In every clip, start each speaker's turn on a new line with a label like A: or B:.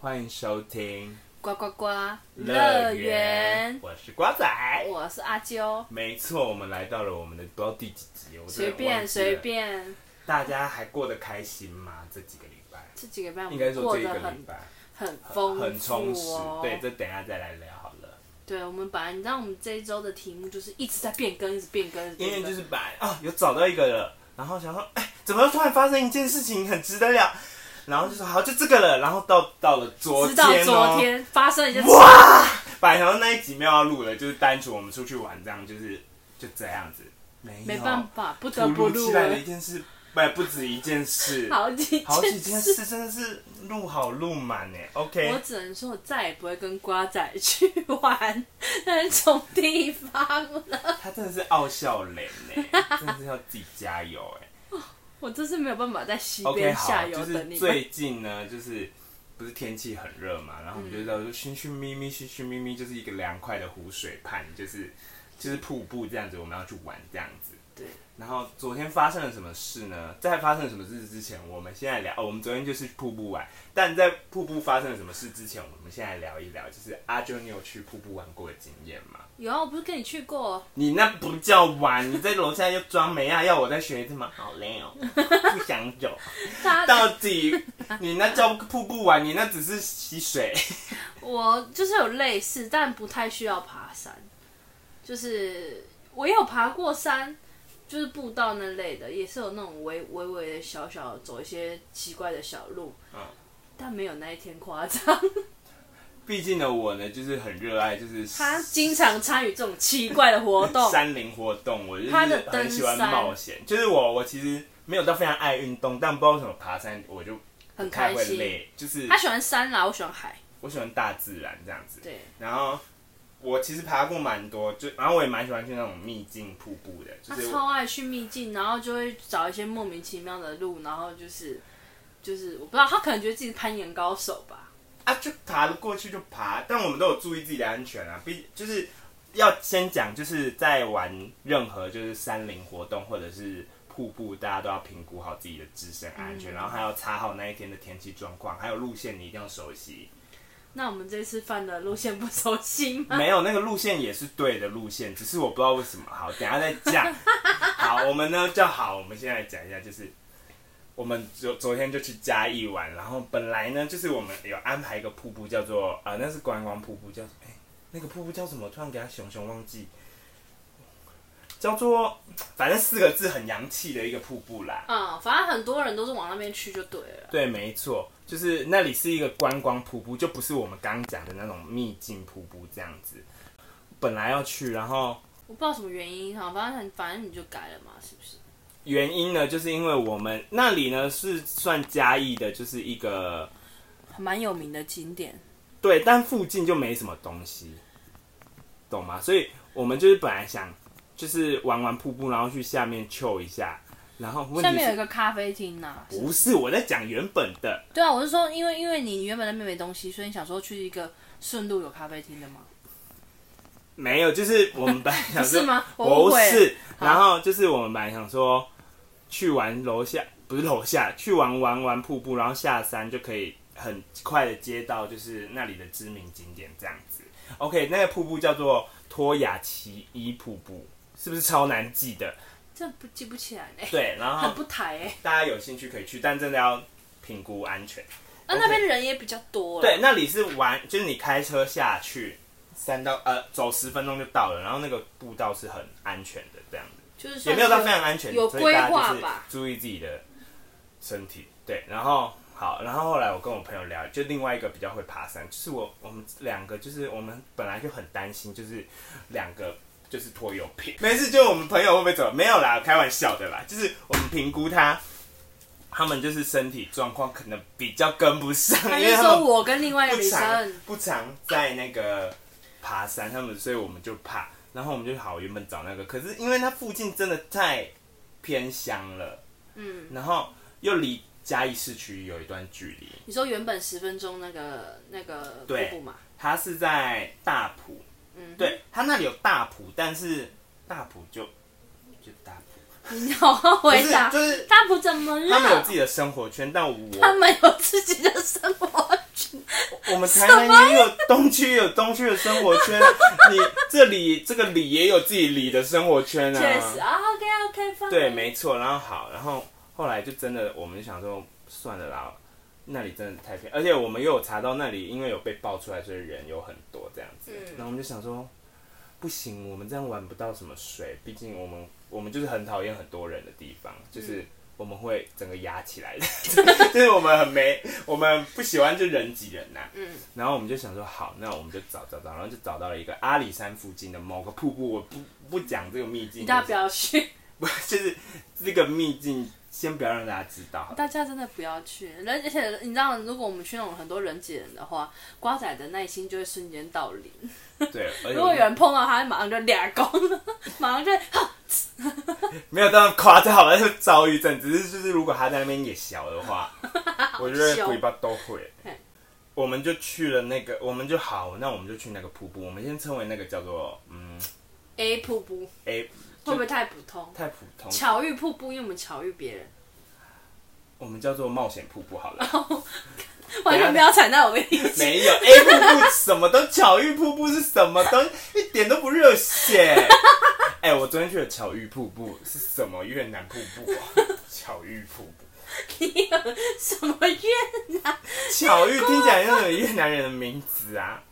A: 欢迎收听
B: 呱呱呱
A: 我是瓜仔。
B: 我是阿啾，
A: 没错，我们来到了我们的不知道第几集，我真
B: 随
A: 的忘
B: 便
A: 记
B: 随
A: 了。
B: 便，
A: 大家还过得开心吗？这几个礼拜，
B: 这几个班
A: 应该说
B: 过
A: 这一
B: 得
A: 个礼
B: 很
A: 拜
B: 很丰
A: 很
B: 富
A: 很充实
B: 哦。。
A: 对，这等一下再来聊好了。
B: 对我们本来你知道我们这一周的题目就是一直在变更，一直变更，一直
A: 因
B: 变
A: 为
B: 更
A: 就是本来啊、有找到一个了，然后想说，哎、怎么突然发生一件事情很值得聊，然后就说好就这个了，然后到到了昨
B: 直
A: 天、
B: 到
A: 哦，
B: 昨天发生一件事，
A: 哇，本来想说那一集没有要录了，就是单纯我们出去玩这样，就是就这样子，没有
B: 没办法，不得
A: 突
B: 不
A: 如
B: 录
A: 其来的
B: 了
A: 一件事，不不止一件事，
B: 好几
A: 好几
B: 件
A: 件
B: 事。
A: 事真的是录好录满呢。
B: 我
A: OK，
B: 只能说，我再也不会跟瓜仔去玩那种地方了。
A: 他真的是傲笑脸呢，真的是要自己加油哎。
B: 我真是没有办法在溪
A: OK，
B: 边
A: 好
B: 下，游
A: 就是
B: 等你们。
A: 最近呢，就是不是天气很热嘛，然后我们就
B: 嗯
A: 知道说寻寻觅觅，寻寻觅觅，就是一个凉快的湖水畔，就是就是瀑布这样子，我们要去玩这样子。
B: 对，
A: 然后昨天发生了什么事呢？在发生了什么事之前，我们现在聊、哦，我们昨天就是瀑布玩，但在瀑布发生了什么事之前，我们现在聊一聊，就是阿啾，你有去瀑布玩过的经验吗？
B: 有啊，我不是跟你去过？
A: 你那不叫玩，你在楼下又装没啊？要我再学一次吗？好累哦，不想走。
B: 大 家
A: 到底你那叫瀑布玩，你那只是溪水。
B: 我就是有类似，但不太需要爬山。就是我也有爬过山，就是步道那类的，也是有那种微微微的小小走一些奇怪的小路，
A: 嗯
B: 但没有那一天夸张。
A: 毕竟呢，我呢就是很热爱，就是
B: 他经常参与这种奇怪的活动，
A: 山林活动，我就是
B: 他的登
A: 很喜欢
B: 山
A: 冒险。就是我，我其实没有到非常爱运动，但不知道为什么爬山我就
B: 很
A: 不太
B: 开
A: 会
B: 心。
A: 累，就是
B: 他喜欢山啦，我喜欢海。
A: 我喜欢大自然这样子。
B: 对，
A: 然后我其实爬过蛮多，就然后我也蛮喜欢去那种秘境瀑布的，就
B: 他
A: 是
B: 超爱去秘境，然后就会找一些莫名其妙的路，然后就是就是我不知道，他可能觉得自己是攀岩高手吧。
A: 啊，就爬得过去就爬，但我们都有注意自己的安全啊。毕就是要先讲，就是在玩任何就是山林活动或者是瀑布，大家都要评估好自己的自身安全，然后还要查好那一天的天气状况，还有路线你一定要熟悉。
B: 那我们这次犯的路线不熟悉吗？
A: 没有那个路线也是对的路线，只是我不知道为什么。好，等一下再讲。 好，我们呢就好，我们现在讲一下，就是我们昨昨天就去嘉义玩，然后本来呢啊就是我们有安排一个瀑布，叫做啊、呃那是观光瀑布，叫哎、那个瀑布叫什么？突然给它熊熊忘记，叫做反正四个字很洋气的一个瀑布啦。
B: 嗯，反正很多人都是往那边去就对了。
A: 对，没错，就是那里是一个观光瀑布，就不是我们刚讲的那种秘境瀑布这样子。本来要去，然后
B: 我不知道什么原因哈，反正反正你就改了嘛，是不是？
A: 原因呢，就是因为我们那里呢是算嘉义的，就是一个
B: 蛮有名的景点，
A: 对，但附近就没什么东西，懂吗？所以我们就是本来想就是玩完瀑布，然后去下面 chill 一下，然后问
B: 下
A: 题
B: 面有一
A: 是
B: 个咖啡厅呐、
A: 不是我在讲原本的？
B: 对啊，我是说，因为因为你原本那边没东西，所以你想说去一个顺路有咖啡厅的嘛？
A: 没有，就是我们本来想
B: 不
A: 说
B: 是吗？我误
A: 不
B: 会了。
A: 是，然后就是我们本来想说去玩楼下，不是楼下，去玩玩玩瀑布，然后下山就可以很快的接到就是那里的知名景点这样子。OK，那个瀑布叫做托雅奇伊瀑布，是不是超难记的？
B: 这不记不起来呢、
A: 对，然后
B: 很不抬哎、
A: 大家有兴趣可以去，但真的要评估安全。
B: 那、那边人也比较多了。
A: 对，，那里是玩，就是你开车下去三到呃走十分钟就到了，然后那个步道是很安全的这样子。
B: 就是
A: 也
B: 算
A: 没有到
B: 是
A: 非常安全，
B: 有
A: 所以大
B: 规划
A: 家就是
B: 吧
A: 注意自己的身体。对，然后好，然后后来我跟我朋友聊，就另外一个比较会爬山，就是我我们两个就是我们本来就很担心，就是两个。就是拖油瓶， 没事，就我们朋友会不会走？没有啦，开玩笑的啦。就是我们评估他，他们就是身体状况可能比较跟不上，
B: 他
A: 因为
B: 就
A: 他
B: 说
A: 们
B: 我跟另外一个
A: 不
B: 女
A: 常
B: 生，
A: 不常在那个爬山，他们所以我们就怕，然后我们就好原本找那个，可是因为它附近真的太偏乡了，
B: 嗯，
A: 然后又离嘉义市区有一段距离，
B: 你说原本十分钟那个那个
A: 对
B: 瀑布嘛，
A: 它是在大埔，
B: 嗯，，
A: 对，它那里有大埔，但是大埔就就大埔，
B: 你好好
A: 不
B: 回
A: 是
B: 答。
A: 就是
B: 他不怎么了？啊
A: 他们有自己的生活圈，但我
B: 他们有自己的生活圈，
A: 我们台南也有东区，有东区的生活 圈，你这里这个里也有自己里的生活圈啊。
B: 确实啊，OK OK，放
A: 对，没错。然后好，然后后来就真的，我们就想说，算了啦，那里真的太偏，而且我们又有查到那里，因为有被爆出来，所以人有很多这样子。
B: 嗯
A: 然后我们就想说，不行，我们这样玩不到什么水，毕竟我们我们就是很讨厌很多人的地方，就是我们会整个压起来的， 就是我们很没，我们不喜欢就人挤人呐、
B: 嗯，
A: 然后我们就想说，好，那我们就找找找，然后就找到了一个阿里山附近的某个瀑布，我不不讲这个秘境，
B: 你大家
A: 就
B: 不
A: 是
B: 要去，
A: 不就是这个秘境，先不要让大家知道好了。
B: 大家真的不要去。人而且你知道，如果我们去那种很多人挤人的话，瓜仔的耐心就会瞬间到零。
A: 对，而且
B: 如果
A: 我
B: 有人碰到他，马上就俩公， 马上就 哈
A: 没有到夸张，好像是躁郁症，只是就是如果他在那边也小的 话，我觉得
B: 凶
A: 鬼巴都会
B: 嗯。
A: 我们就去了那个，我们就好，那我们就去那个瀑布，我们先称为那个叫做嗯
B: A 哎瀑布，
A: A，
B: 会不会太普通？
A: 太普通，
B: 巧遇瀑布，因为我们巧遇别人，
A: 我们叫做冒险瀑布好了。啊
B: 完全不要踩到我的意思。
A: 没有 A 瀑布什么都巧遇瀑布是什么东西，一点都不热血。 哎、我昨天去了巧遇瀑布是什么越南瀑布啊？ 巧遇瀑布，
B: 你有什么怨？
A: 巧遇听起来像有越南人的名字啊。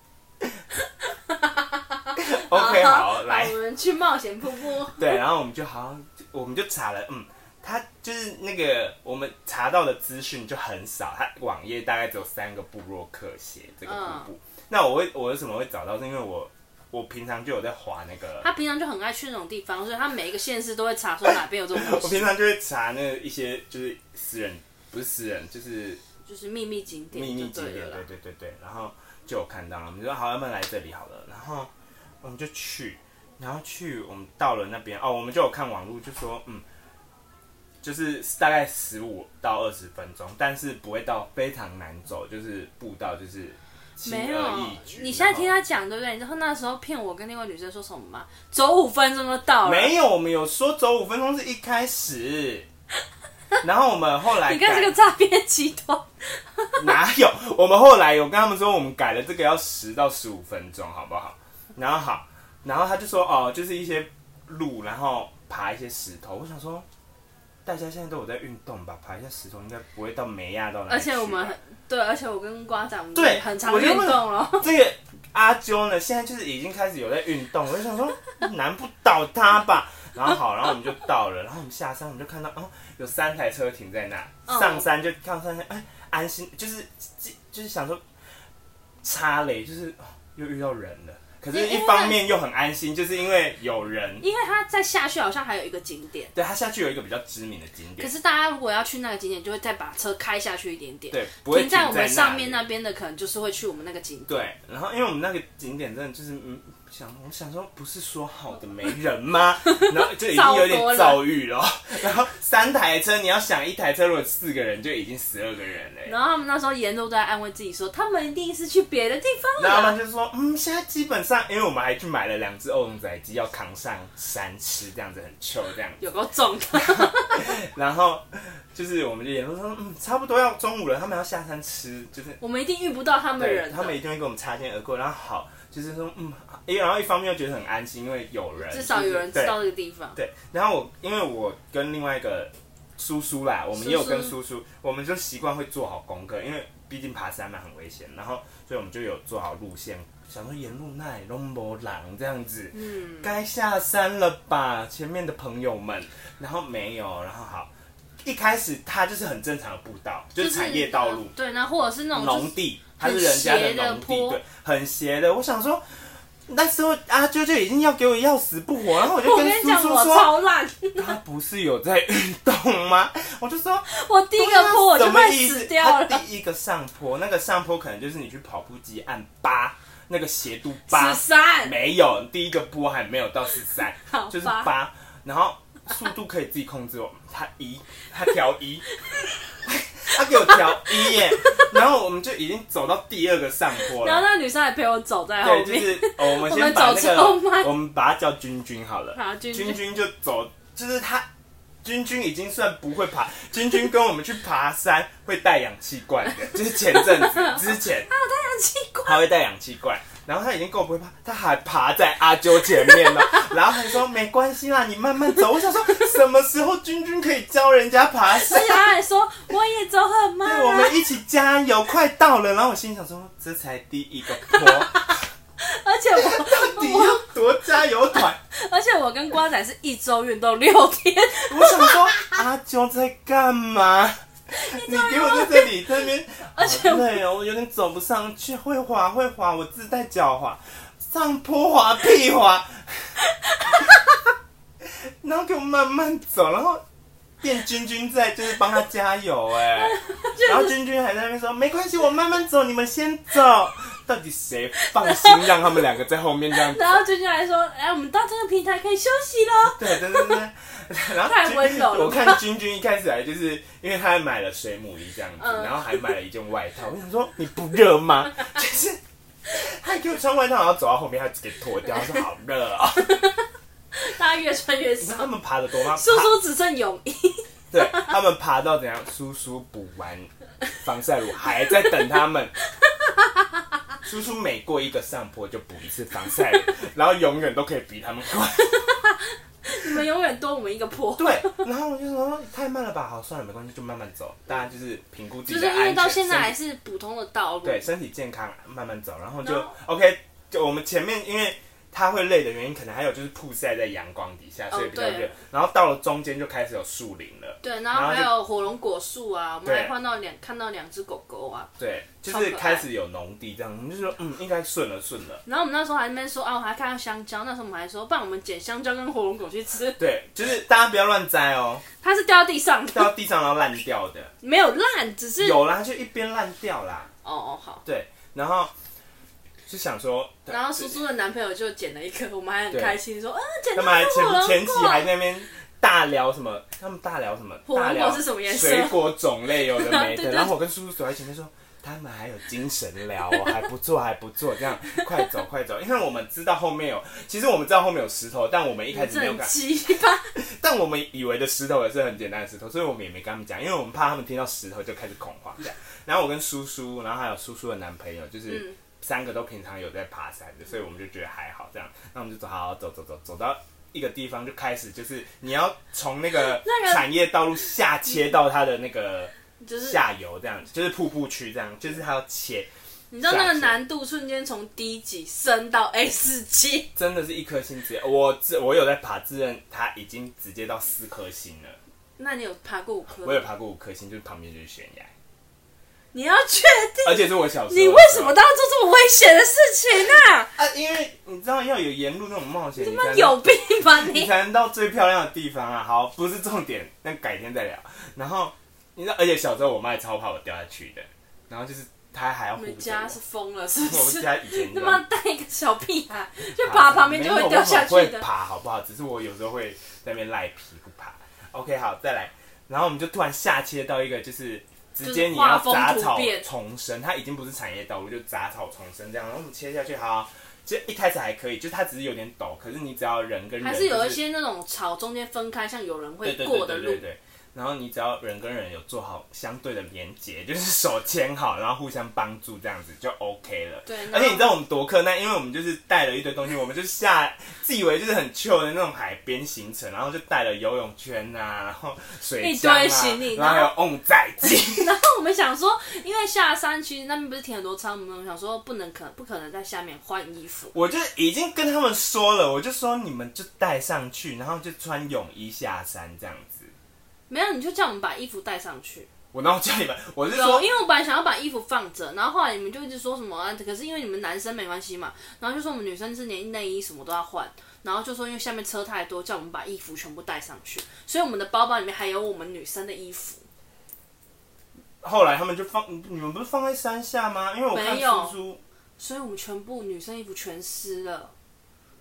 A: OK，好， 来
B: 我，们去冒险瀑布。
A: 对，然后我们就好像我们就查了，嗯，他就是那个我们查到的资讯就很少，他网页大概只有三个部落克写这个
B: 嗯
A: 瀑布。那我会我为什么会找到？是因为我我平常就有在划那个，
B: 他平常就很爱去那种地方，所以他每一个县市都会查说哪边有这种东
A: 我
B: 西，
A: 平常就会查那个一些就是私人不是私人就是
B: 就是秘密景点
A: 秘密
B: 就
A: 景
B: 对
A: 点，
B: 了
A: 对
B: 啦。
A: 对对对，然后就有看到了，我们就说好，要不然来这里好了，然后我们就去，然后去我们到了那边哦，我们就有看网络，就说嗯，就是大概十五到二十分钟，但是不会到非常难走，就是步道就是轻
B: 没
A: 而
B: 有
A: 易举。，
B: 你现在听
A: 然后
B: 他讲对不对？你知道那时候骗我跟另外女生说什么吗？走五分钟就到了。
A: 没有，我们有说走五分钟是一开 始。然后我们后来
B: 你看
A: 改
B: 这个诈骗集团，
A: 哪有？我们后来有跟他们说，我们改了这个要十到十五分钟，好不好？然后好，然后他就说哦，就是一些路，然后爬一些石头。我想说，大家现在都有在运动吧，爬一下石头应该不会到没压到哪里
B: 而且我们
A: 去吧
B: 很对，而且我跟瓜仔我们
A: 对
B: 很常
A: 我就
B: 运
A: 问
B: 动了。
A: 这个阿啾呢，现在就是已经开始有在运动，我就想说， 难不倒他吧。然后好，然后我们就到了，然后我们下山，我们就看到哦，有三台车停在那，
B: 嗯
A: 上山就看上山，哎，安心，就是就就是想说，插雷，就是、哦又遇到人了。可是，一方面又很安心，就是因为有人。
B: 因为他在下去好像还有一个景点，
A: 对，他下去有一个比较知名的景
B: 可
A: 点，
B: 是大家如果要去那个景点，就会再把车开下去一点点。
A: 对，不会
B: 停
A: 在
B: 在我们上面
A: 里
B: 那边的，可能就是会去我们那个景点。
A: 对，然后因为我们那个景点真的就是，嗯，想我想说不是说好的没人 吗？然后就已经有点躁郁了。然后三台车，你要想一台车如果四个人就已经十二个人了欸。
B: 然后他们那时候沿路都在安慰自己说，他们一定是去别的地方
A: 然后他
B: 了
A: 们
B: 啦。
A: 就说，嗯，现在基本上，因为我们还去买了两只欧龙仔鸡，要扛上山吃，这样子很臭这样子。
B: 有够重的，
A: 然后就是我们就也都说，嗯，差不多要中午了，他们要下山吃，就是
B: 我们一定遇不到他们
A: 对，
B: 人的。
A: 他们一定会跟我们擦肩而过。然后好，就是说，嗯，因为然后一方面又觉得很安心，因为有人，
B: 至少有人
A: 就是
B: 知
A: 对
B: 道这个地方。
A: 对，然后我因为我跟另外一个叔叔啦，我们也有跟叔叔，我们就习惯会做好功课，因为毕竟爬山嘛很危险，然后所以我们就有做好路线，想说沿路那里都没人这样子，
B: 嗯，
A: 该下山了吧，前面的朋友们，然后没有，然后好，一开始它就是很正常的步道，就是产业道路，
B: 对，那或者是那种嗯就
A: 农
B: 是
A: 地，它是人家的农
B: 斜的坡
A: 地，对，很斜的。我想说，那时候阿啾就已经要给我要死不活，然后我就
B: 我跟你
A: 叔
B: 讲，
A: 哎叔
B: 我
A: 说，
B: 超烂，
A: 他不是有在 运动吗？我就说
B: 我第一个坡我就
A: 什么
B: 快
A: 意思
B: 死掉
A: 他
B: 了，
A: 第一个上坡，那个上坡可能就是你去跑步机按八，那个斜度八
B: 十，三，
A: 没有，第一个坡还没有到十三
B: 好，
A: 就是
B: 吧
A: 八，然后速度可以自己控制哦，他一，他调一， 他给我调一耶，然后我们就已经走到第二个上坡
B: 然后
A: 了。
B: 那个女生还陪我走在后
A: 对，
B: 面，
A: 就是、哦、我们
B: 我
A: 先
B: 们
A: 把
B: 走
A: 那
B: 超慢
A: 个，我们把它叫君君好了，
B: 好君君
A: 君就走，就是他君君已经算不会爬，君君跟我们去爬山会带氧气罐的，就是前阵子之前
B: 很奇怪，
A: 他会带氧气罐，然后他已经够不会爬，他还爬在阿啾前面了，哦然后还说没关系啦，你慢慢走。我想说，什么时候君君可以教人家爬山
B: 而？且他还说我也走很慢
A: 对，我
B: 啊，
A: 们一起加油，快到了。然后我心里想说，这才第一个坡，
B: 而且我
A: 到底要多加油团？
B: 而且我跟瓜仔是一周运动六天，
A: 我想说，阿啾在干嘛？你给我在这里这边，
B: 而且
A: 好累哦，我有点走不上去，会滑会滑，我自带脚滑，上坡滑屁 滑，然后给我慢慢走，然后变君君在就是帮他加油哎、 然后君君还在那边说没关系，我慢慢走，你们先走。到底谁放心让他们两个在后面这样？
B: 然后君君还说，哎，我们到这个平台可以休息喽。
A: 对对对对，然后
B: 太
A: 君
B: 温柔了
A: 我看君君一开始来就是因为他还买了水母衣这样子，
B: 嗯
A: 然后还买了一件外套。我想说你不热 吗？就是他给我穿外套，然后走到后面他直接脱掉，他说好热啊、
B: 大家越穿 越
A: 你知
B: 少
A: 道，他们爬的多吗？
B: 叔
A: 爬
B: 叔只剩泳衣，
A: 对他们爬到怎样？叔叔补完防晒乳还在等他们。 叔叔每过一个上坡就补一次防晒乳，然后永远都可以比他们快。
B: 你们永远多我们一个坡。
A: 对，然后我就说太慢了吧，好算了，没关系，就慢慢走。大家就是评估自
B: 就
A: 己
B: 是
A: 的安
B: 因
A: 全，
B: 为到现在
A: 身体
B: 还是普通的道路，
A: 对身体健康，慢慢走，然后就
B: 然后
A: OK。就我们前面因为他会累的原因，可能还有就是曝晒在阳光底下，所以比较
B: 哦对
A: 热。然后到了中间就开始有树林了，
B: 对然后
A: 然后
B: 还
A: 就
B: 有火龙果树啊，我们
A: 对
B: 还看到两看到两只狗狗啊，
A: 对，就
B: 超
A: 是
B: 可爱
A: 开始有农地这样，我们就说嗯，应该顺了顺了。
B: 然后我们那时候还在那边说啊，我还看到香蕉，那时候我们还说，不然我们捡香蕉跟火龙果去吃，
A: 对，就是大家不要乱摘哦，
B: 它是掉到地上的，
A: 掉到地上然后烂掉的，
B: 没有烂，只 是哦
A: 有啦，它就一边烂掉啦。
B: 哦好。
A: 对，然后就想说，对
B: 然后叔叔的男朋友就捡了一颗，我们还很
A: 对
B: 开心说，啊，捡
A: 他
B: 到
A: 们还
B: 一颗火
A: 前前
B: 龙
A: 期
B: 果，
A: 还在那边大聊什么？他们大聊什么？
B: 火龙果
A: 大聊
B: 是什么颜色
A: 水果种类有的没
B: 对
A: 的。
B: 对
A: 然后我跟叔叔走在前面说，他们还有精神聊哦，还不错，还不错。这样快走快走，因为我们知道后面有，其实我们知道后面有石头，但我们一开始没有
B: 整
A: 看，
B: 鸡巴，
A: 但我们以为的石头也是很简单的石头，所以我们也没跟他们讲，因为我们怕他们听到石头就开始恐慌这样。然后我跟叔叔，然后还有叔叔的男朋友，就是。
B: 嗯
A: 三个都平常有在爬山的，所以我们就觉得还好这样。那我们就走，好好走走走，走到一个地方就开始，就是你要从那个
B: 那个
A: 产业道路下切到它的那个
B: 就是
A: 下游，这样就是瀑布区这样，就是它要切，
B: 你知道那
A: 下
B: 个
A: 去
B: 难度瞬间从 D 级升到 S 级，
A: 真的是一颗星直接。我自我有在爬，自认它已经直接到四颗星了。
B: 那你有爬过五颗
A: 我
B: 吗？
A: 有爬过五颗星，就是旁边就是悬崖，
B: 你要确定。
A: 而且是我小时候。
B: 你为什么？都要做这么危险的事情呢、啊？
A: 啊，因为你知道要有沿路那种冒险，你才能
B: 有病吧
A: 你
B: 你！
A: 才能到最漂亮的地方啊！好，不是重点，那改天再聊。然后你知道，而且小时候我妈也超怕我掉下去的，然后就是她还要
B: 你
A: 护
B: 们
A: 着
B: 家是疯了是 不
A: 我。我们
B: 是？
A: 家以前
B: 他
A: 就
B: 妈带一个小屁孩去爬旁边就会掉下去
A: 啊没有我很会
B: 的，
A: 爬好不好？只是我有时候会在那边赖皮不爬。OK，好，再来。然后我们就突然下切到一个就是。直接你要杂
B: 就是画风
A: 草
B: 突变
A: 丛生，它已经不是产业道路，就杂草丛生这样。然后我们切下去，好，其实一开始还可以，就它只是有点陡，可是你只要人跟人、
B: 还
A: 就是
B: 有一些那种草中间分开，像有人会
A: 对对对
B: 过的
A: 对
B: 路
A: 对。对然后你只要人跟人有做好相对的连接，就是手牵好，然后互相帮助，这样子就 OK 了。
B: 对
A: 而且你知道我们多困难，因为我们就是带了一堆东西，我们就下自以为就是很 chill 的那种海边行程，然后就带了游泳圈啊，然后水箱啊，
B: 一堆行李
A: 然后还
B: 然
A: 有瓮仔机，
B: 然后 我们想说，因为下山其实那边不是停很多车，我们想说不能可不可能在下面换衣服，
A: 我就已经跟他们说了，我就说你们就带上去，然后就穿泳衣下山这样子。
B: 没有你就叫我们把衣服带上去。
A: 我那我叫你们，我是
B: 有，
A: 说
B: 因为我本来想要把衣服放着，然后后来你们就一直说什么啊，可是因为你们男生没关系嘛，然后就说我们女生是连内衣什么都要换，然后就说因为下面车太多，叫我们把衣服全部带上去，所以我们的包包里面还有我们女生的衣服，
A: 后来他们就放，你们不是放在山下吗？因为我看
B: 没有
A: 叔叔，
B: 所以我们全部女生衣服全湿了。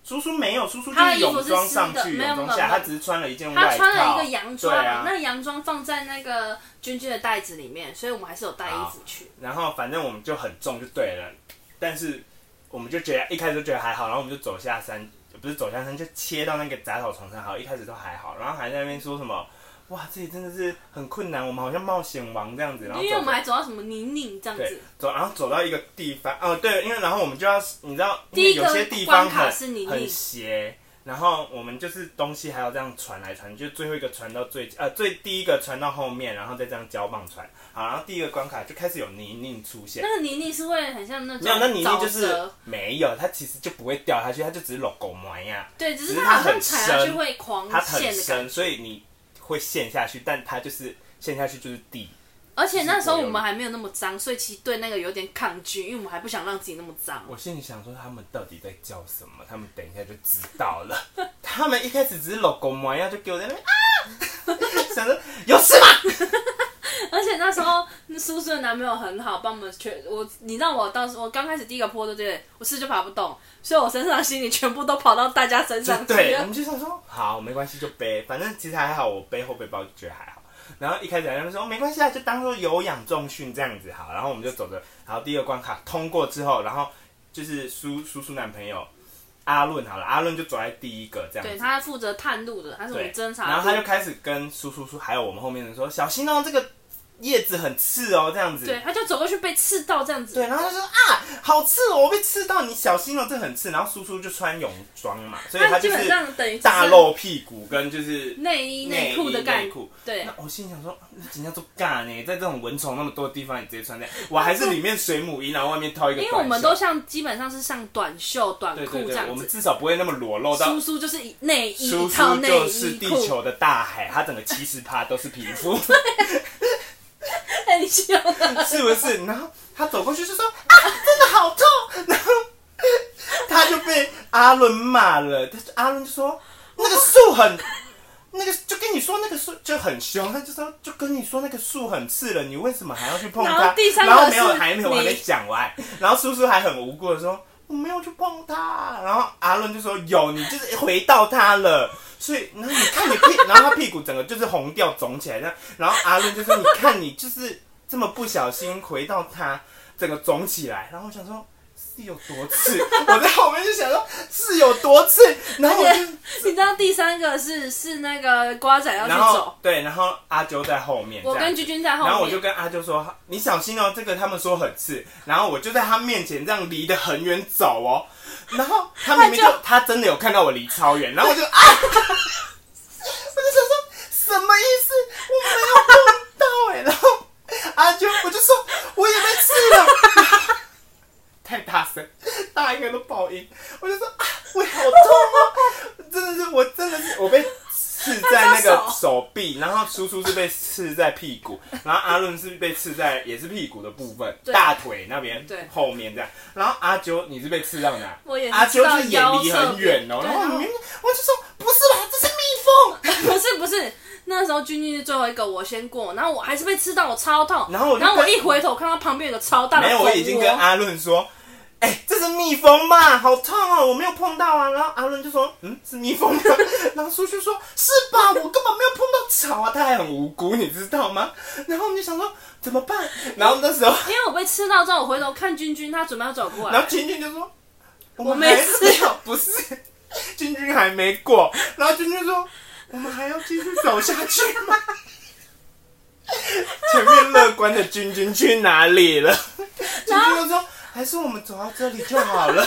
A: 叔叔没有，叔叔就
B: 他的
A: 是
B: 衣服
A: 泳装上
B: 是湿
A: 去，泳
B: 的没有
A: 装
B: 没有
A: 下，
B: 没
A: 他
B: 有
A: 只是穿了一件外
B: 她
A: 套，
B: 穿了一个洋装，
A: 对啊
B: 那洋装放在那个君君的袋子里面，所以我们还是有带衣服去。
A: 然后反正我们就很重就对了，但是我们就觉得一开始就觉得还好，然后我们就走下山，不是走下山就切到那个杂草丛生，好，一开始都还好，然后还在那边说什么哇，这里真的是很困难，我们好像冒险王这样子，然后
B: 因为
A: 走
B: 我们还走到什么泥泞这样
A: 对
B: 子。
A: 走，然后走到一个地方，哦对，因为然后我们就要，你知道，因
B: 第
A: 为
B: 一个
A: 有些地方
B: 关卡
A: 很
B: 是泥泞
A: 很斜，然后我们就是东西还要这样传来传去，就最后一个传到最呃最第一个传到后面，然后再这样交棒传，好，然后第一个关卡就开始有泥泞出现。
B: 那个泥泞是会很像那种
A: 没有，那泥泞
B: 沼
A: 就是
B: 泽
A: 没有，它其实就不会掉下去，它就只是落狗毛呀。
B: 对，
A: 只
B: 只是
A: 是
B: 它好
A: 它
B: 像
A: 很
B: 踩下去
A: 深
B: 会狂
A: 它
B: 陷
A: 很
B: 的感
A: 深，
B: 觉。
A: 所以你会陷下去，但它就是陷下去就是地。
B: 而且那时候我
A: 就是柏
B: 们
A: 油
B: 还没有那么脏，所以其实对那个有点抗拒，因为我们还不想让自己那么脏。
A: 我心里想说，他们到底在叫什么？他们等一下就知道 了。他们一开始只是老公模样，就给我在那边啊， 想说有事吗？
B: 而且那时候那叔叔的男朋友很好，帮我们全我，你让我当时我刚开始第一个坡，对不对？我是就爬不动，所以我身上的心里全部都跑到大家身上去
A: 就对，我
B: 了
A: 们。就想说好，没关系就背，反正其实还好，我背后背包就觉得还好。然后一开始他们说没关系啊，就当做有氧重训这样子好。然后我们就走着，然后第二个关卡通过之后，然后就是叔叔叔男朋友阿论好了，阿论就走在第一个这样
B: 对
A: 子。
B: 他负责探路的，他是我
A: 对，
B: 们侦察
A: 然后他
B: 队
A: 就开始跟叔叔叔还有我们后面的人说：“小心哦、这个叶子很刺哦、这样子。
B: 对，他就走过去被刺到这样子。
A: 对然后他说啊，好刺哦、我被刺到，你小心哦、这很刺。然后叔叔就穿泳装嘛，所以
B: 他
A: 他
B: 基
A: 就
B: 本
A: 是
B: 上等于只
A: 大
B: 是
A: 露屁股跟就是
B: 内衣内裤的
A: 衣
B: 感
A: 内
B: 觉。
A: 裤。
B: 对
A: 那，我心想说，你今天做尬呢，在这种蚊虫那么多的地方，你直接穿这样，我还是里面水母衣，然后外面套一个
B: 因
A: 短袖。
B: 为我们都像基本上是像短袖短
A: 对对
B: 裤
A: 对，
B: 这
A: 我
B: 样
A: 们
B: 子。
A: 至少不会那么裸露到
B: 叔叔就是一内衣
A: 叔
B: 一套
A: 叔
B: 内
A: 就是
B: 衣
A: 地
B: 裤，
A: 球的大海，它整个七十趴都是皮肤，
B: 哎，你笑了。
A: 是不是？然后他走过去就说：“啊，真的好痛！”然后 他就被阿伦骂了。他就阿伦就说：“那个树很，那个就跟你说那个树就很凶，他就说就跟你说那个树很刺了，你为什么还要去碰它？”
B: 然后第三个
A: 然后没有
B: 是
A: 还没有
B: 你
A: 我还没讲完，然后叔叔还很无辜的说：“我没有去碰它。”然后阿伦就说：“有，你就是回到它了。”所以，然后你看你屁，然后他屁股整个就是红掉肿起来这样，然后阿伦就说：“你看你就是这么不小心回到他，整个肿起来。”然后我想说是有多刺， 我在后面就想说是有多刺，然后我
B: 而
A: 就
B: 且 你知道第三个是是那个瓜仔要去
A: 然后
B: 走，
A: 对，然后阿啾在后面，
B: 我
A: 这样
B: 跟君君在后面，
A: 然后我就跟阿啾说：“你小心哦、这个他们说很刺。”然后我就在他面前这样离得很远走哦、然后他明明就
B: 阿啾
A: 他真的有看到我离超远，然后我 就啊，我就想说什么意思？我没有碰到哎、然后阿啾我就说我也被刺了， 太大声，大一个都爆音，我就说啊，我好痛哦、真的是我真的是我被。刺在那
B: 他
A: 个
B: 说手
A: 手臂，然后叔叔是被刺在屁 股，然后阿伦是被刺在也是屁股的部分，
B: 对
A: 大腿那边，
B: 对
A: 后面这样。然后阿啾，你是被刺到哪？
B: 我也
A: 阿
B: 知
A: 啾
B: 道
A: 是也
B: 腰
A: 离
B: 侧
A: 很
B: 边
A: 远哦、
B: 对
A: 然后
B: 然
A: 你
B: 后
A: 明明我就说不是吧，这是蜜
B: 不是不是，那时候君君是最后一个，我先过，然后我还是被吃到，我超痛。
A: 然后我就
B: 然后我
A: 跟
B: 一回头看到旁边有个超大
A: 蜂。没
B: 的
A: 有，我已经跟啊
B: 蜂窝
A: 阿伦说，哎、这是蜜蜂嘛，好痛哦、我没有碰到啊。然后阿伦就说，嗯，是蜜蜂吗？ 然后叔叔说，是吧，我根本没有碰到草啊，他还很无辜，你知道吗？然后我们就想说怎么办？然后那时候。
B: 因为我被吃到之后，我回头看君君，他准备要走过
A: 然
B: 来
A: 后，君君就说：“
B: 我
A: 我
B: 没
A: 们还
B: 吃
A: 没有， 不是，君君还没过。”然后君君说：“我们还要继续走下去 吗？”前面乐观的君君去哪里 了？君君就说：“还是我们走到这里就好 了。”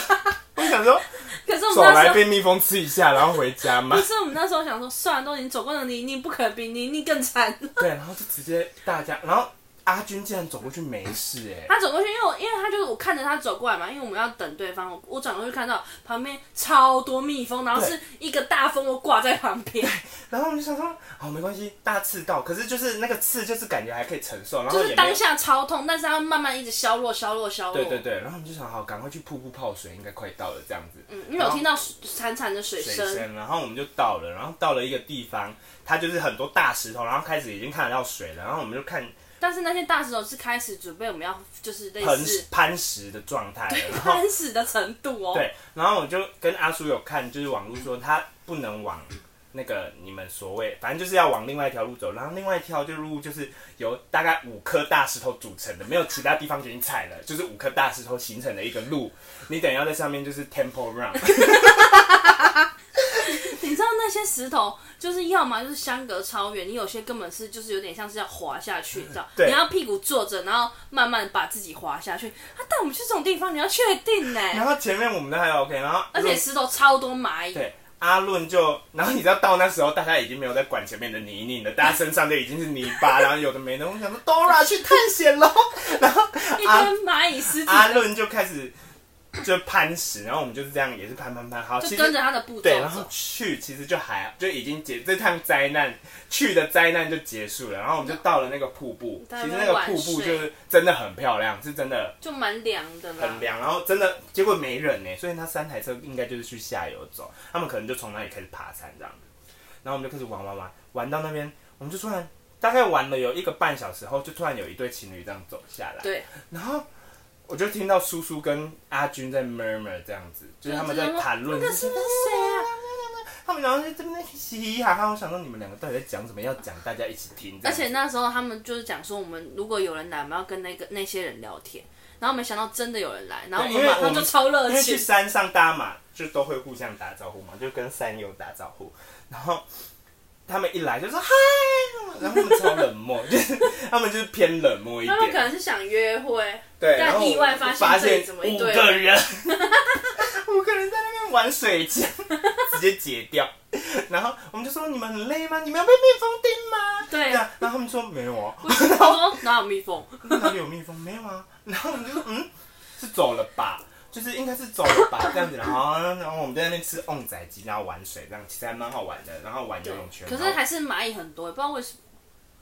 A: 我想说，
B: 可是我
A: 走
B: 们那时
A: 来
B: 候。
A: 被蜜蜂吃一下，然后回家嘛
B: 不。是我们那时候想说，算了，都已经走过了泥泞，不可能比泥泞更惨。
A: 对，然后就直接大家，然后阿军竟然走过去没事 哎、
B: 他走过去，因为我因为他就是我看着他走过来嘛，因为我们要等对方。我我转过去看到旁边超多蜜蜂，然后
A: 对
B: 是一个大蜂窝挂在旁边，
A: 然后我们就想说，好、没关系，大刺到，可是就是那个刺就是感觉还可以承受，然后
B: 就
A: 也没
B: 是
A: 有
B: 当下超痛，但是他慢慢一直消弱、消弱、消弱。
A: 对对对，然后我们就想好，赶快去瀑布泡水，应该快到了这样子。
B: 嗯，因为我听到水潺潺的水
A: 水
B: 声，
A: 声，然后我们就到了，然后到了一个地方，它就是很多大石头，然后开始已经看得到水了，然后我们就看
B: 但是那些大石头是开始准备我们要就是类
A: 喷
B: 似
A: 攀石的状态了，然后
B: 攀石的程度哦。
A: 对，然后我就跟阿叔有看，就是网路说他不能往那个你们所谓，反正就是要往另外一条路走，然后另外一条就路就是由大概五颗大石头组成的，没有其他地方给你踩了，就是五颗大石头形成的一个路，你等一下在上面就是 temple run。
B: 你知道那那些石头就是要么就是相隔超远，你有些根本是就是有点像是要滑下去，你知道？
A: 对
B: 你要屁股坐着，然后慢慢把自己滑下去。他带我们去这种地方，你要确定呢、
A: 然后前面我们都还 OK，然后
B: 而且石头超多蚂蚁，
A: 对，阿论就，然后你知道到那时候，大家已经没有在管前面的泥泞了，大家身上就已经是泥巴， 然后有的没的。我想说，Dora 去探险 喽，然后
B: 一
A: 阿
B: 堆蚂蚁尸体，
A: 阿论就开始就攀石，然后我们就是这样，也是攀攀攀。好，
B: 就
A: 其
B: 跟
A: 实
B: 着他的步骤
A: 对，然后
B: 走。
A: 去其实就还就已经结这趟灾难去的灾难就结束了，然后我们就到了那个瀑布，
B: 大
A: 其实
B: 家在
A: 那个
B: 玩
A: 瀑布
B: 水
A: 就是真的很漂亮，是真的
B: 就蛮凉的啦
A: 很。凉，然后真
B: 啊
A: 的结果没人呢，所以那三台车应该就是去下游走，他们可能就从那里开始爬山这样子，然后我们就开始玩玩玩，玩到那边我们就突然大概玩了有一个半小时后，就突然有一对情侣这样走下来，
B: 对，
A: 然后我就听到叔叔跟阿军在 murmur 这样子，就是他们在谈论，
B: 那个是那谁啊？
A: 他们然后就这边嘻嘻哈哈，我想说你们两个到底在讲什么？要讲大家一起听这
B: 而
A: 样子，
B: 且那时候他们就是讲说，我们如果有人来，我们要跟那个那些人聊天。然后没想到真的有人来，然后我
A: 因
B: 们
A: 为
B: 马
A: 我
B: 上
A: 们
B: 就超热
A: 因为去
B: 情。
A: 山上大家嘛，就都会互相打招呼嘛，就跟山友打招呼，然后他们一来就说嗨，然后他们超冷漠， 就是他们就是偏冷漠一
B: 他们可
A: 点，
B: 能是想约会，
A: 对，
B: 但
A: 然后
B: 意外发
A: 发
B: 现这里怎么一
A: 五
B: 堆
A: 个人， 五个人在那边玩水枪，直接解掉。然后我们就说你们很累吗？你们要被蜜蜂叮吗？
B: 对
A: 这样，然后他们说没有啊，
B: 我说哪有蜜蜂？
A: 哪里有蜜蜂？没有啊。 然后我们就说，嗯，是走了吧？就是应该是走了 吧，这样子。然后，然后我们在那边吃旺仔鸡，然后玩水，这样其实还蛮好玩的。然后玩游泳圈，
B: 可是
A: 然后
B: 还是蚂蚁很多，不知道为什么。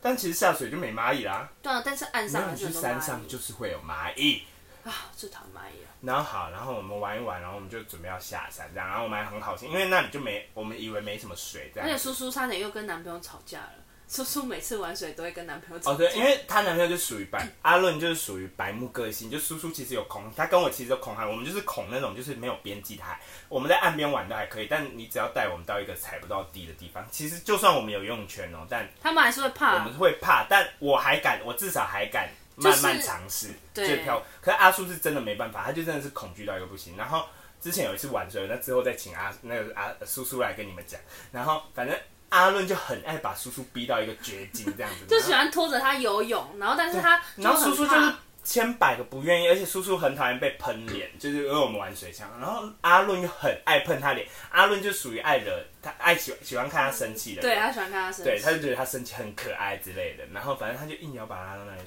A: 但其实下水就没蚂蚁啦。
B: 对啊，但是岸
A: 没
B: 上
A: 有
B: 还
A: 你
B: 是
A: 去
B: 很多
A: 山
B: 蚂
A: 上
B: 蚁
A: 就是会有蚂蚁。
B: 啊，最讨厌蚂蚁了。
A: 然后好，然后我们玩一玩，然后我们就准备要下山，这样。然后我们还很好心，因为那里就没，我们以为没什么水这
B: 而且
A: 样。
B: 叔叔差点又跟男朋友吵架了。叔叔每次玩水都会跟男朋友吵
A: 哦，
B: 架。
A: 对，因为她男朋友就属于白，阿论就是属于白目个性，就叔叔其实有恐，他跟我其实都恐害，我们就是恐那种就是没有边际态。我们在岸边玩都还可以，但你只要带我们到一个踩不到地的地方，其实就算我们有游泳圈哦、但
B: 他们还是会
A: 我
B: 怕
A: 们。会怕，但我还敢，我至少还敢慢慢尝试，
B: 就是
A: 就
B: 对
A: 漂。可是阿叔是真的没办法，他就真的是恐惧到一个不行。然后之前有一次玩水，那之后再请阿那个阿叔叔来跟你们讲。然后反正阿论就很爱把叔叔逼到一个绝境这样子，
B: 就喜欢拖着他游泳，然后但是他
A: 然后
B: 很
A: 叔叔就
B: 怕
A: 是千百个不愿意，而且叔叔很讨厌被喷脸，就是因为我们玩水枪，然后阿论又很爱喷他脸，阿论就属于爱惹他爱喜喜欢看他生气的人，
B: 对啊他喜欢看他生
A: 对，
B: 气，
A: 他就觉得他生气很可爱之类的，然后反正他就硬要把他拉到那里，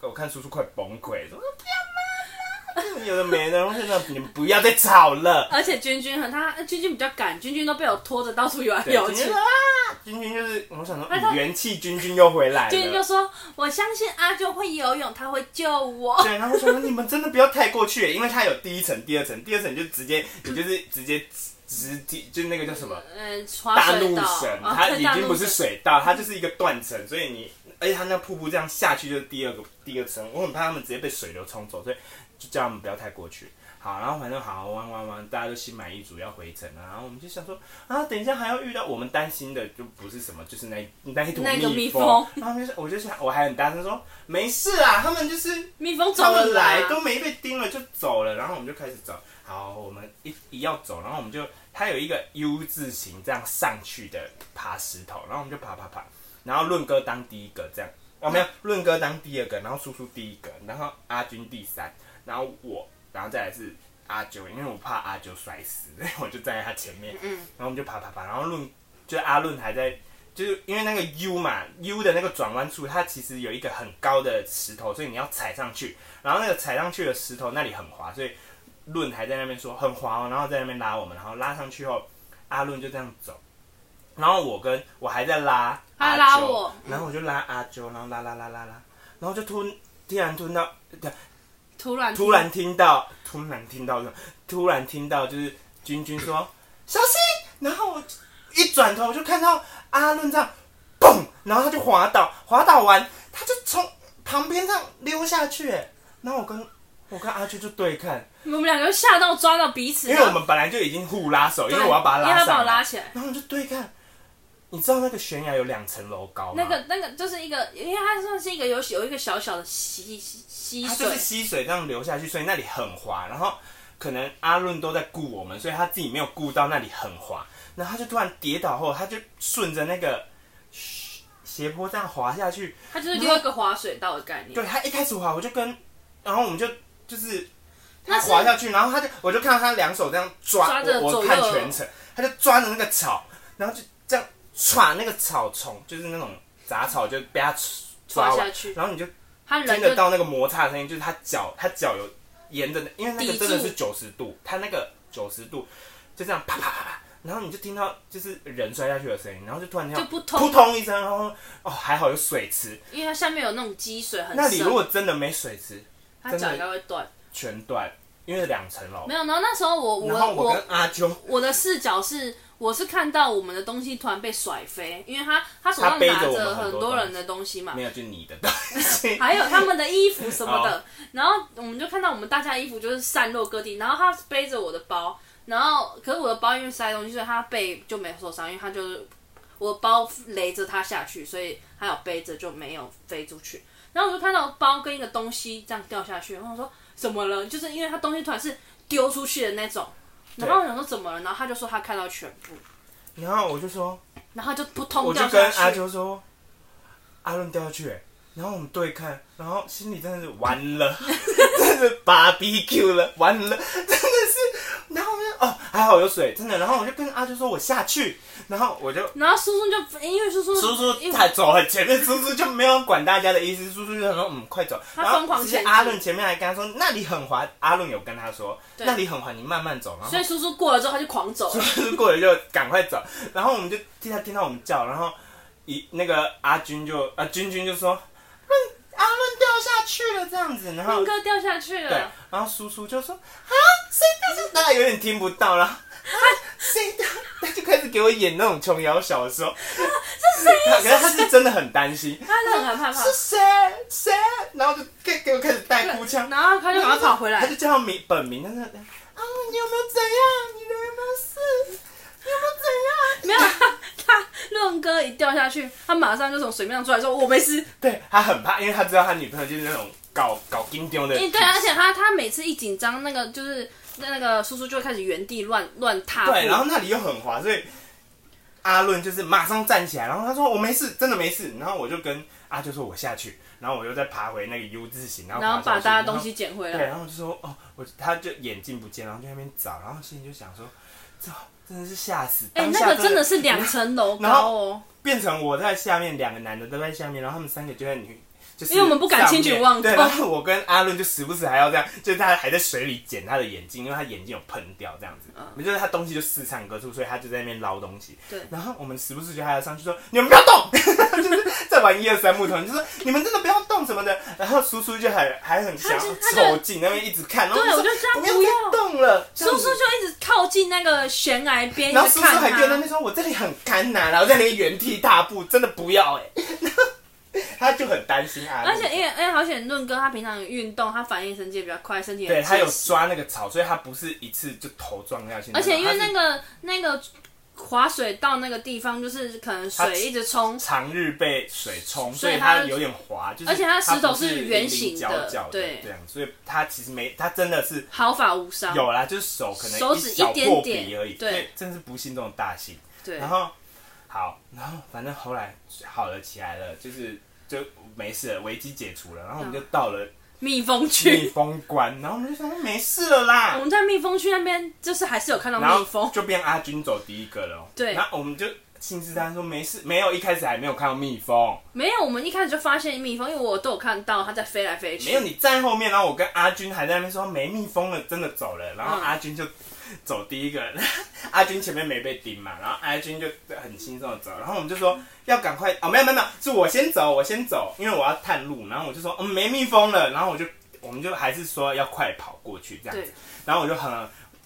A: 我看叔叔快崩溃，说不要妈妈，有的没的，我现在你们不要再吵了。
B: 而且君君很他呃君君比较敢，君君都被我拖着到处游来
A: 对
B: 游
A: 君君
B: 去
A: 就。啊，君君就是我想说，嗯元气君君又回来了。
B: 君君就说：“我相信阿啾会游泳，他会救我。
A: 对，然后我想说你们真的不要太过去，因为它有第一层、第二层，第二层就直接，你就是直接直直体，就那个叫什么”
B: 嗯，滑
A: 大
B: 水
A: 怒
B: 道，
A: 神，
B: 哦
A: 它
B: 对
A: 已
B: 大
A: 经
B: 怒
A: 不是
B: 神
A: 水道，它就是一个断层，所以你，而且它那瀑布这样下去就是第二个第二层，我很怕他们直接被水流冲走，所以就叫他们不要太过去。好，然后反正好玩玩玩，大家都心满意足要回程了，然后我们就想说啊，等一下还要遇到我们担心的就不是什么，就是那那一坨
B: 那个蜜
A: 蜜
B: 蜂，
A: 然后就是我就想我还很大声说没事啊，他们就是
B: 蜜蜂走
A: 他
B: 了
A: 们来
B: 啦
A: 都没被叮了就走了，然后我们就开始走。好，我们一一要走，然后我们就它有一个 U 字形这样上去的爬石头，然后我们就爬爬爬，然后论哥当第一个这样，哦没有，论哥当第二个，然后叔叔第一个，然后阿军第三，然后我，然后再来是阿九，因为我怕阿九摔死， 所以我就站在他前面，
B: 嗯
A: 然后我们就爬爬爬，然后论就是阿论还在，就是因为那个 U 嘛，U 的那个转弯处，它其实有一个很高的石头，所以你要踩上去，然后那个踩上去的石头那里很滑，所以论还在那边说很滑哦，然后在那边拉我们，然后拉上去后，阿论就这样走，然后我跟我还在拉，
B: 他拉
A: 啾
B: 我
A: 然后我就拉阿啾，然后拉拉拉拉拉，然后就吞，突然吞到，
B: 突然
A: 突然听到，突然听到什么？突然听到就是君君说小心，然后我一转头我就看到阿论这样，嘣，然后他就滑倒，滑倒完他就从旁边这样溜下去，哎然后我跟我跟阿俊就对看，
B: 我们两个就吓到抓到彼此，
A: 因为我们本来就已经互拉手，因为我要把他
B: 啊因为
A: 拉
B: 他把我
A: 上
B: 拉
A: 来，
B: 起来。
A: 然后我们就对看。你知道那个悬崖有两层楼高吗？
B: 那个那个就是一个，因为它算是一个有有一个小小的溪溪溪
A: 它就是
B: 水，
A: 溪水这样流下去，所以那里很滑。然后可能阿润都在顾我们，所以他自己没有顾到那里很滑，然后他就突然跌倒后，他就顺着那个嘘斜坡这样滑下去。
B: 它就是另外一个滑水道的概念。
A: 对他一开始滑，我就跟，然后我们就就是他
B: 那是
A: 滑下去，然后他就我就看到他两手这样抓，
B: 抓着
A: 我
B: 左
A: 我
B: 右
A: 看全程，他就抓着那个草，然后就这样歘那个草丛，就是那种杂草，就被他抓
B: 抓
A: 完
B: 下，去，
A: 然后你就
B: 他
A: 听
B: 人
A: 得
B: 就
A: 到那个摩擦的声音，就是他脚他脚有沿着那，因为那个
B: 抵
A: 真的
B: 住
A: 是九十度，他那个九十度就这样啪啪啪啪，然后你就听到就是人摔下去的声音，然后就突然听
B: 就
A: 到
B: 不
A: 扑
B: 通，
A: 通一声，然后哦还好有水池，
B: 因为它下面有那种积水很
A: 那里
B: 深
A: 如，果真的没水池，
B: 它
A: 真的
B: 脚应该会断。
A: 全断，因为两层楼。
B: 没有，然后那时候我
A: 然后
B: 我
A: 我跟阿啾，
B: 我的视角是，我是看到我们的东西突然被甩飞，因为他他手
A: 他
B: 上
A: 背着
B: 拿
A: 我们
B: 着
A: 很
B: 很
A: 多
B: 多
A: 东
B: 人的东西嘛，
A: 没有就你的东西，
B: 还有他们的衣服什么的，然后我们就看到我们大家衣服就是散落各地，然后他背着我的包，然后可是我的包因为塞东西，所以他背就没受伤，因为他就是我的包勒着他下去，所以还有背着就没有飞出去。然后我就看到包跟一个东西这样掉下去，然后我说怎么了？就是因为他东西突然是丢出去的那种，然后我想说怎么了，然后他就说他看到全部，
A: 然后我就说，
B: 然后他就扑通
A: 我就
B: 掉
A: 跟
B: 下
A: 阿
B: 去。
A: 啾说，阿伦掉下去、欸然后我们对看，然后心里真的是完了， 真的是 BBQ 了，完了，真的是，然后我就哦还好有水，真的，然后我就跟阿啾说我下去，然后我就。
B: 然后叔叔就因为叔叔
A: 叔叔
B: 因为
A: 才走很前面，叔叔就没有管大家的意思，叔叔就说嗯快走。
B: 他
A: 然后
B: 疯狂
A: 其实
B: 前进
A: 阿伦前面还跟他说那里很滑，阿伦有跟他说
B: 对
A: 那里很滑，你慢慢走。然后
B: 所以叔叔过了之后他就狂走了。
A: 就是 过了就赶快走，然后我们就听他听到我们叫，然后一那个阿军就啊军军就说，嗯，阿伦掉下去了这样子，然后
B: 应该掉下去
A: 嗯对
B: 了。，
A: 然后叔叔就说啊谁掉下去，大家有点听不到然后啊谁掉，他就开始给我演那种琼瑶小说，这谁？可 是他是真的很担心，
B: 他是很害怕，
A: 是谁谁，然后就给给我开始带哭腔，
B: 然后他就赶快跑回
A: 他
B: 来
A: 就。叫他名本名，但是啊，你有没有怎样？你人有没有事？你有没有怎样？
B: 没有，他润哥一掉下去，他马上就从水面上出来，说：“我没事。
A: 对他很怕，因为他知道他女朋友就是那种搞搞金丢”的
B: 因
A: 体
B: 为
A: 质，
B: 嗯对，而且他他每次一紧张，那个就是那个叔叔就会开始原地乱乱踏步。
A: 对，然后那里又很滑，所以阿伦就是马上站起来，然后他说我没事，真的没事，然后我就跟阿就说我下去，然后我又再爬回那个 U 字形，然后
B: 然后
A: 爬
B: 把
A: 下去
B: 大家东。西捡回
A: 然后对，
B: 来。
A: 然后就说哦，我他就眼睛不见，然后就在那边找，然后心里就想说，这真的是吓死！
B: 哎、
A: 当
B: 那
A: 下
B: 个真的是两层楼
A: 然
B: 高
A: 后
B: 哦，
A: 变成我在下面，两个男的都在下面，然后他们三个就在女，就是
B: 因为我们不敢轻举妄动
A: 上面对，然后我跟阿伦就时不时还要这样，就是他还在水里捡他的眼镜，因为他眼镜有喷掉这样子，就是他东西就四散各处，所以他就在那边捞东西。
B: 嗯对
A: 然后我们时不时就还要上去说你们不要动， 就是在玩一二三木头，就说你们真的不要动什么的。然后叔叔就还还很想
B: 他就他就
A: 凑近那边一直看，然后
B: 对
A: 说
B: 我就叫他
A: 不要
B: 不要
A: 再动了，这
B: 叔
A: 样
B: 叔
A: 子
B: 就一直靠近那个悬崖边，一
A: 然后叔
B: 直
A: 叔
B: 看
A: 还跟那
B: 他
A: 边。说：“我这里很干呐、然后在那边原地踏步，真的不要哎、欸。”他就很担心阿
B: 而
A: 丽，
B: 且因为哎，好险润哥他平常有运动，他反应神经也比较快，身体很
A: 对他有
B: 结实
A: 抓那个草，所以他不是一次就头撞下去。
B: 而且因为
A: 他
B: 那
A: 是
B: 个那个滑水道那个地方，就是可能
A: 它
B: 水一直冲，
A: 长日被水冲，所
B: 所以
A: 以
B: 它
A: 他有点滑，就是
B: 而且它石头
A: 不是
B: 是圆
A: 棱
B: 形
A: 角
B: 的
A: 角
B: 对
A: 这样，所以他其实没，他真的是
B: 毫发无伤。
A: 有啦，就是手可能
B: 手指一
A: 小
B: 点
A: 破
B: 点
A: 皮而已，
B: 对
A: 所以真是不幸中的大幸。
B: 对，
A: 然后好，然后反正后来好了起来了，就是就没事了，危机解除了，然后我们就
B: 嗯
A: 到 了
B: 蜜蜂
A: 蜜
B: 区，
A: 蜂关，然后我们就想说没事了
B: 我
A: 啦，
B: 们在蜜蜂区那边就是还是有看到
A: 然
B: 蜜
A: 后
B: 蜂，
A: 就变阿军走第一个了。哦
B: 对
A: 然后我们就信誓旦旦说没事，没有，一开始还没有看到蜜蜂，
B: 没有，我们一开始就发现蜜蜂，因为我都有看到它在飞来飞去。
A: 没有，你站后面，然后我跟阿军还在那边说没蜜蜂了，真的走了，然后
B: 嗯
A: 阿军就走第一个， 阿军前面没被盯嘛，然后阿军就很轻松的走，然后我们就说要赶快，哦，没有没有没有，是我先走，我先走，因为我要探路，然后我就说嗯没蜜蜂了，然后我就我们就还是说要快跑过去这样子
B: 对，
A: 然后我就很。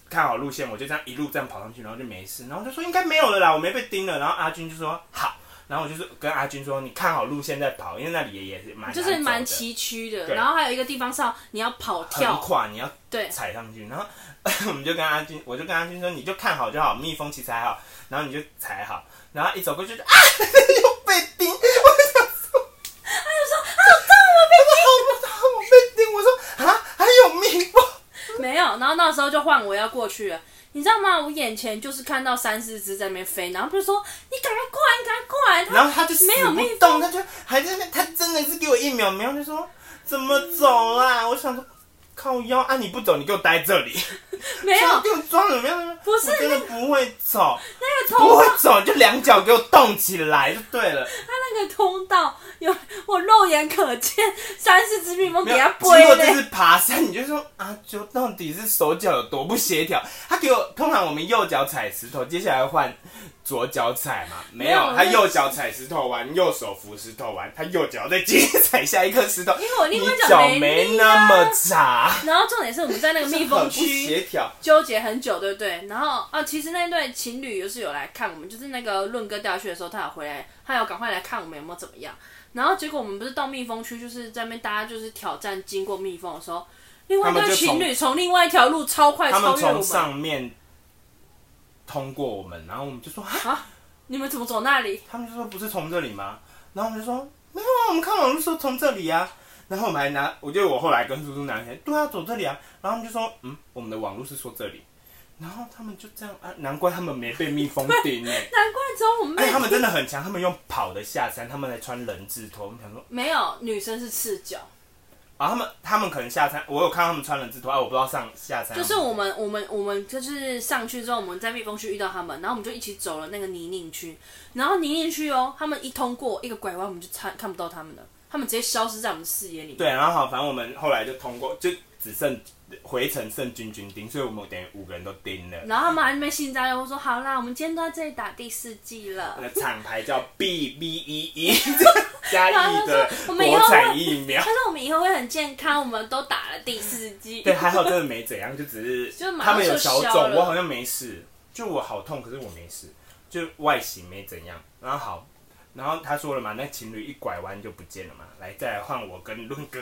A: 看好路线，我就这样一路这样跑上去，然后就没事，然后就说应该没有了啦，我没被盯了。然后阿军就说好，然后我就是跟阿军说，你看好路线再跑，因为那里也也是蛮
B: 就是
A: 难走
B: 蛮
A: 的
B: 崎岖的，
A: 对
B: 然后还有一个地方是要你要跑
A: 很
B: 跳，
A: 垮，你要
B: 对，
A: 踩上去。然后 我们就跟阿军，我就跟阿军说，你就看好就好，蜜蜂其实还好，然后你就踩好，然后一走过去就啊， 又被叮，我想说，他就说啊，我被叮，我说好痛，我被叮，我说啊，还有蜜蜂，
B: 没有，然后到到的时候就换我要过去了，你知道吗？我眼前就是看到三四只在那边飞，然后就说你赶快过来，你赶快过来，
A: 然后他就死
B: 没有
A: 不
B: 蜜
A: 动，他就还在那边，他真的是给我一秒没有，就说怎么走啦？我想说靠腰啊，你不走，你给我待这里，
B: 它没有
A: 给我装怎么样？
B: 哎不是
A: 我真的不会走，
B: 那个
A: 不
B: 头
A: 会走，就两脚给我动起来就对 了。
B: 那个通道有我肉眼可见三四只蜜蜂给它
A: 经过
B: 飞
A: 这
B: 嘞，
A: 次爬山，你就说啊，就到底是手脚有多不协调？他给我通常我们右脚踩石头，接下来换左脚踩嘛，没有
B: 没，有
A: 他右脚踩石头完，右手扶石头完，他右脚再接着踩下一颗石头，
B: 因为我
A: 你
B: 另外一
A: 脚
B: 没
A: 没
B: 力
A: 那
B: 啊
A: 么长，
B: 然后重点是我们在那个蜜蜂
A: 很不
B: 区
A: 协调。
B: 纠结很久，对不对？然后啊，其实那对情侣也是有来看我们，就是那个论哥掉下去的时候，他有回来，他有赶快来看我们有没有怎么样。然后结果我们不是到蜜蜂区，就是在那边大家就是挑战经过蜜蜂的时候，另外一
A: 他们就
B: 对情侣从另外一条路超快
A: 他们
B: 超越我
A: 从
B: 们，
A: 上面通过我们，然后我们就说啊，
B: 你们怎么走那里？
A: 他们就说不是从这里吗？然后我们就说没有啊，我们看网络说从这里啊。然后我们还拿，我记得我后来跟叔叔拿起来，对啊，走这里啊。然后他们就说，嗯，我们的网络是说这里。然后他们就这样啊，难怪他们没被蜜蜂叮呢、
B: 难怪只有我们
A: 哎、
B: 被
A: 他们真的很强，他们用跑的下山，他们还穿人字拖。我们想说
B: 没有女生是赤脚，
A: 啊，他们他们可能下山，我有看到他们穿人字拖，啊，我不知道上下山。
B: 就是我们我们我们就是上去之后，我们在蜜蜂区遇到他们，然后我们就一起走了那个泥泞区，然后泥泞区哦，他们一通过一个拐弯，我们就看看不到他们了，他们直接消失在我们视野里面。
A: 对，然后好，反正我们后来就通过，就只剩回程剩君君叮，所以我们等于五个人都叮了。
B: 然后他们还在那边幸灾乐祸说：“好啦，我们今天都在这里打第四季 了。
A: 那厂牌叫 B B E E 嘉
B: 然后
A: 义
B: 他
A: 的
B: 说我们以
A: 国
B: 后
A: 产
B: 会，
A: 疫苗
B: 他。说我们以后会很健康，我们都打了第四 季。
A: 对，还好真的没怎样，就只是
B: 就马上
A: 他们有小
B: 就消
A: 肿，
B: 了
A: 我好像没事，就我好痛，可是我没事，就外形没怎样。然后好，然后他说了嘛，那情侣一拐弯就不见了嘛，来再来换我跟论哥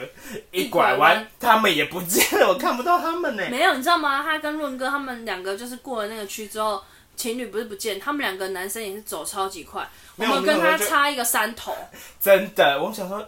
A: 一
B: 一
A: 拐
B: 拐
A: 弯
B: 弯，
A: 他们也不见了，我看不到他们呢。
B: 没有，你知道吗？他跟润哥他们两个就是过了那个区之后，情侣不是不见，他们两个男生也是走超级快，我
A: 没有
B: 们
A: 那
B: 跟
A: 我
B: 他
A: 就
B: 差一个山头。
A: 真的，我想说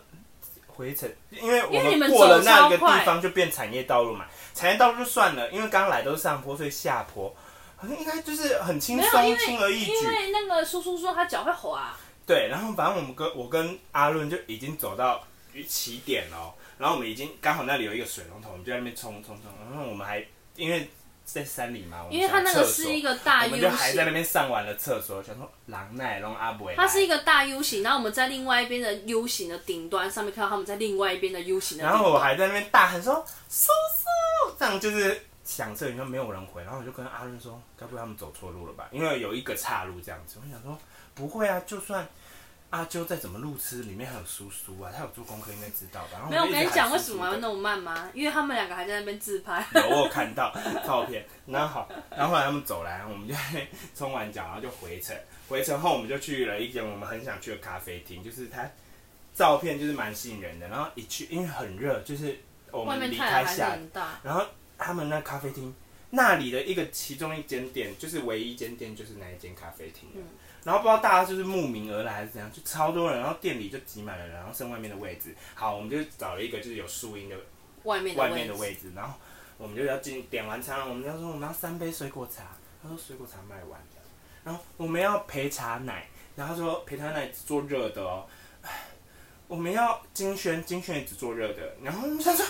A: 回程，因为我
B: 因为你
A: 们
B: 们
A: 过了
B: 走
A: 那
B: 超
A: 个地
B: 快
A: 方就变产业道路嘛，产业道路就算了，因为刚来都是上坡，所以下坡好像应该就是很轻
B: 没有，因
A: 松，
B: 为
A: 轻而易
B: 因
A: 举。
B: 为那个叔叔说他脚会滑，
A: 对，然后反正我们跟我跟阿伦就已经走到起点了哦，然后我们已经刚好那里有一个水龙头，我们就在那边冲冲冲，然后我们还因为在山里嘛，我们
B: 因为他
A: 想
B: 那
A: 厕
B: 个
A: 所
B: 是一个大
A: 我
B: U
A: 们就还在那
B: 型，
A: 边上完了厕所，想说狼奶龙阿伯，
B: 它是一
A: 个。
B: 个大 U 型，然后我们在另外一边的 U 型的顶端上面看到他们在另外一边的 U 型的
A: 然
B: 顶
A: 后我
B: 端。
A: 还在那边大喊说“叔叔”，这样就是响彻云霄，没有人回。然后我就跟阿润说：“该不会他们走错路了吧？”因为有一个岔路这样子。我想说不会啊，就算阿啾再怎么路痴，里面还有叔叔啊，他有做功课应该知道吧？然后
B: 没有，
A: 我
B: 我
A: 就
B: 跟
A: 一
B: 你
A: 直
B: 讲
A: 喊
B: 为
A: 叔
B: 什
A: 叔
B: 么要
A: 的
B: 那么慢吗？因为他们两个还在那边自拍，
A: 有我有看到照片，然后好，然后后来他们走来，我们就 冲完脚，然后就回程。回程后，我们就去了一间我们很想去的咖啡厅，就是它照片就是蛮吸引人的。然后一去，因为很热，就是我
B: 外
A: 们
B: 面
A: 离
B: 太
A: 开
B: 阳还是
A: 下
B: 很大。
A: 然后他们那咖啡厅那里的一个其中一间店，就是唯一一间店，就是那一间咖啡厅。
B: 嗯
A: 然后不知道大家就是慕名而来还是怎样，就超多人，然后店里就挤满了人，然后剩外面的位置。好，我们就找了一个就是有树荫的
B: 外面的
A: 外面的位
B: 位置，
A: 置，然后我们就要进点完餐了，我们要说我们要三杯水果茶，他说水果茶卖完了，然后我们要陪茶奶，然后他说陪茶奶只做热的哦，唉我们要金萱，金萱也只做热的，然后我们想说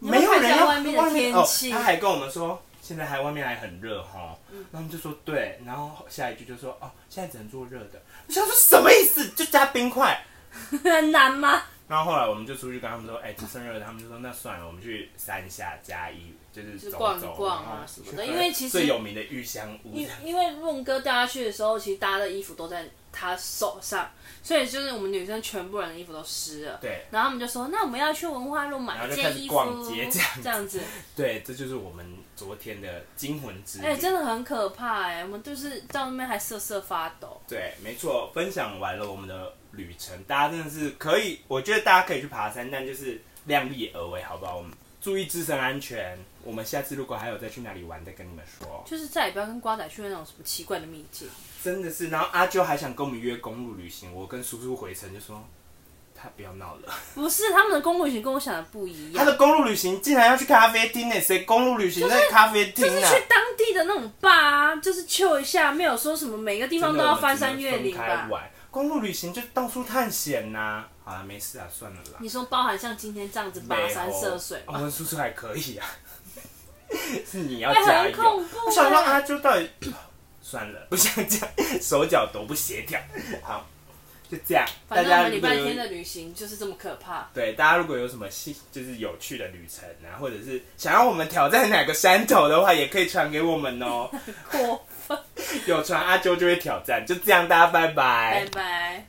B: 你
A: 没有
B: 有没有看一
A: 人
B: 下
A: 要
B: 外面的天气嗯
A: 哦，他还跟我们说现在还外面还很热哈，然后我们就说对，然后下一句就说哦现在只能做热的，我想说什么意思？就加冰块，
B: 很难吗？
A: 然后后来我们就出去跟他们说，哎、只剩热的，他们就说那算了，我们去山下加一，就是
B: 就是
A: 走
B: 逛
A: 走
B: 逛
A: 然后
B: 啊什么
A: 去
B: 的
A: 喝
B: 因为其实
A: 最有名的玉香屋
B: 因，因为润哥掉下去的时候，其实大家的衣服都在他手上，所以就是我们女生全部人的衣服都湿 了。
A: 对
B: 然后他们就说：“那我们要去文化路
A: 然
B: 买
A: 后就
B: 一
A: 开
B: 件
A: 始
B: 衣服，
A: 逛街这样子
B: 子。
A: 对，这就是我们昨天的惊魂之旅。
B: 哎、真的很可怕哎、我们就是到那边还瑟瑟发抖。
A: 对，没错，分享完了我们的旅程，大家真的是可以，我觉得大家可以去爬山，但就是量力而为，好不好？我们注意自身安全。我们下次如果还有再去哪里玩，再跟你们说。
B: 就是再也不要跟瓜仔去那种什么奇怪的秘境。
A: 真的是，然后阿啾还想跟我们约公路旅行，我跟叔叔回程就说。他不要闹了。
B: 不是他们的公路旅行跟我想的不一
A: 他
B: 样，
A: 的公路旅行竟然要去咖啡厅呢、谁公路旅行在咖啡厅
B: 就是
A: 啊？
B: 去当地的那种坝啊，就是秀一下，没有说什么每个地
A: 真
B: 方
A: 的
B: 都
A: 我
B: 要
A: 们
B: 翻
A: 只能
B: 山越
A: 分
B: 岭
A: 开
B: 吧。
A: 玩公路旅行就到处探险呐、好了，没事啊，算了啦。
B: 你说包含像今天这样子跋山涉水
A: 我
B: 吗？
A: 们叔叔还可以啊， 是你要
B: 哎
A: 加
B: 很
A: 油。
B: 恐怖
A: 我想说啊
B: 哎
A: 阿啾到底， 算了，不想讲，手脚多不协调。好，就这样。大
B: 反正我
A: 家
B: 们
A: 如
B: 礼
A: 果
B: 拜
A: 有
B: 天的旅行就是这么可怕。
A: 对大家如果有什么新就是有趣的旅程啊，或者是想要我们挑战哪个山头的话，也可以传给我们哦。
B: 过，
A: 有传阿啾就会挑战，就这样，大家拜拜
B: 拜拜。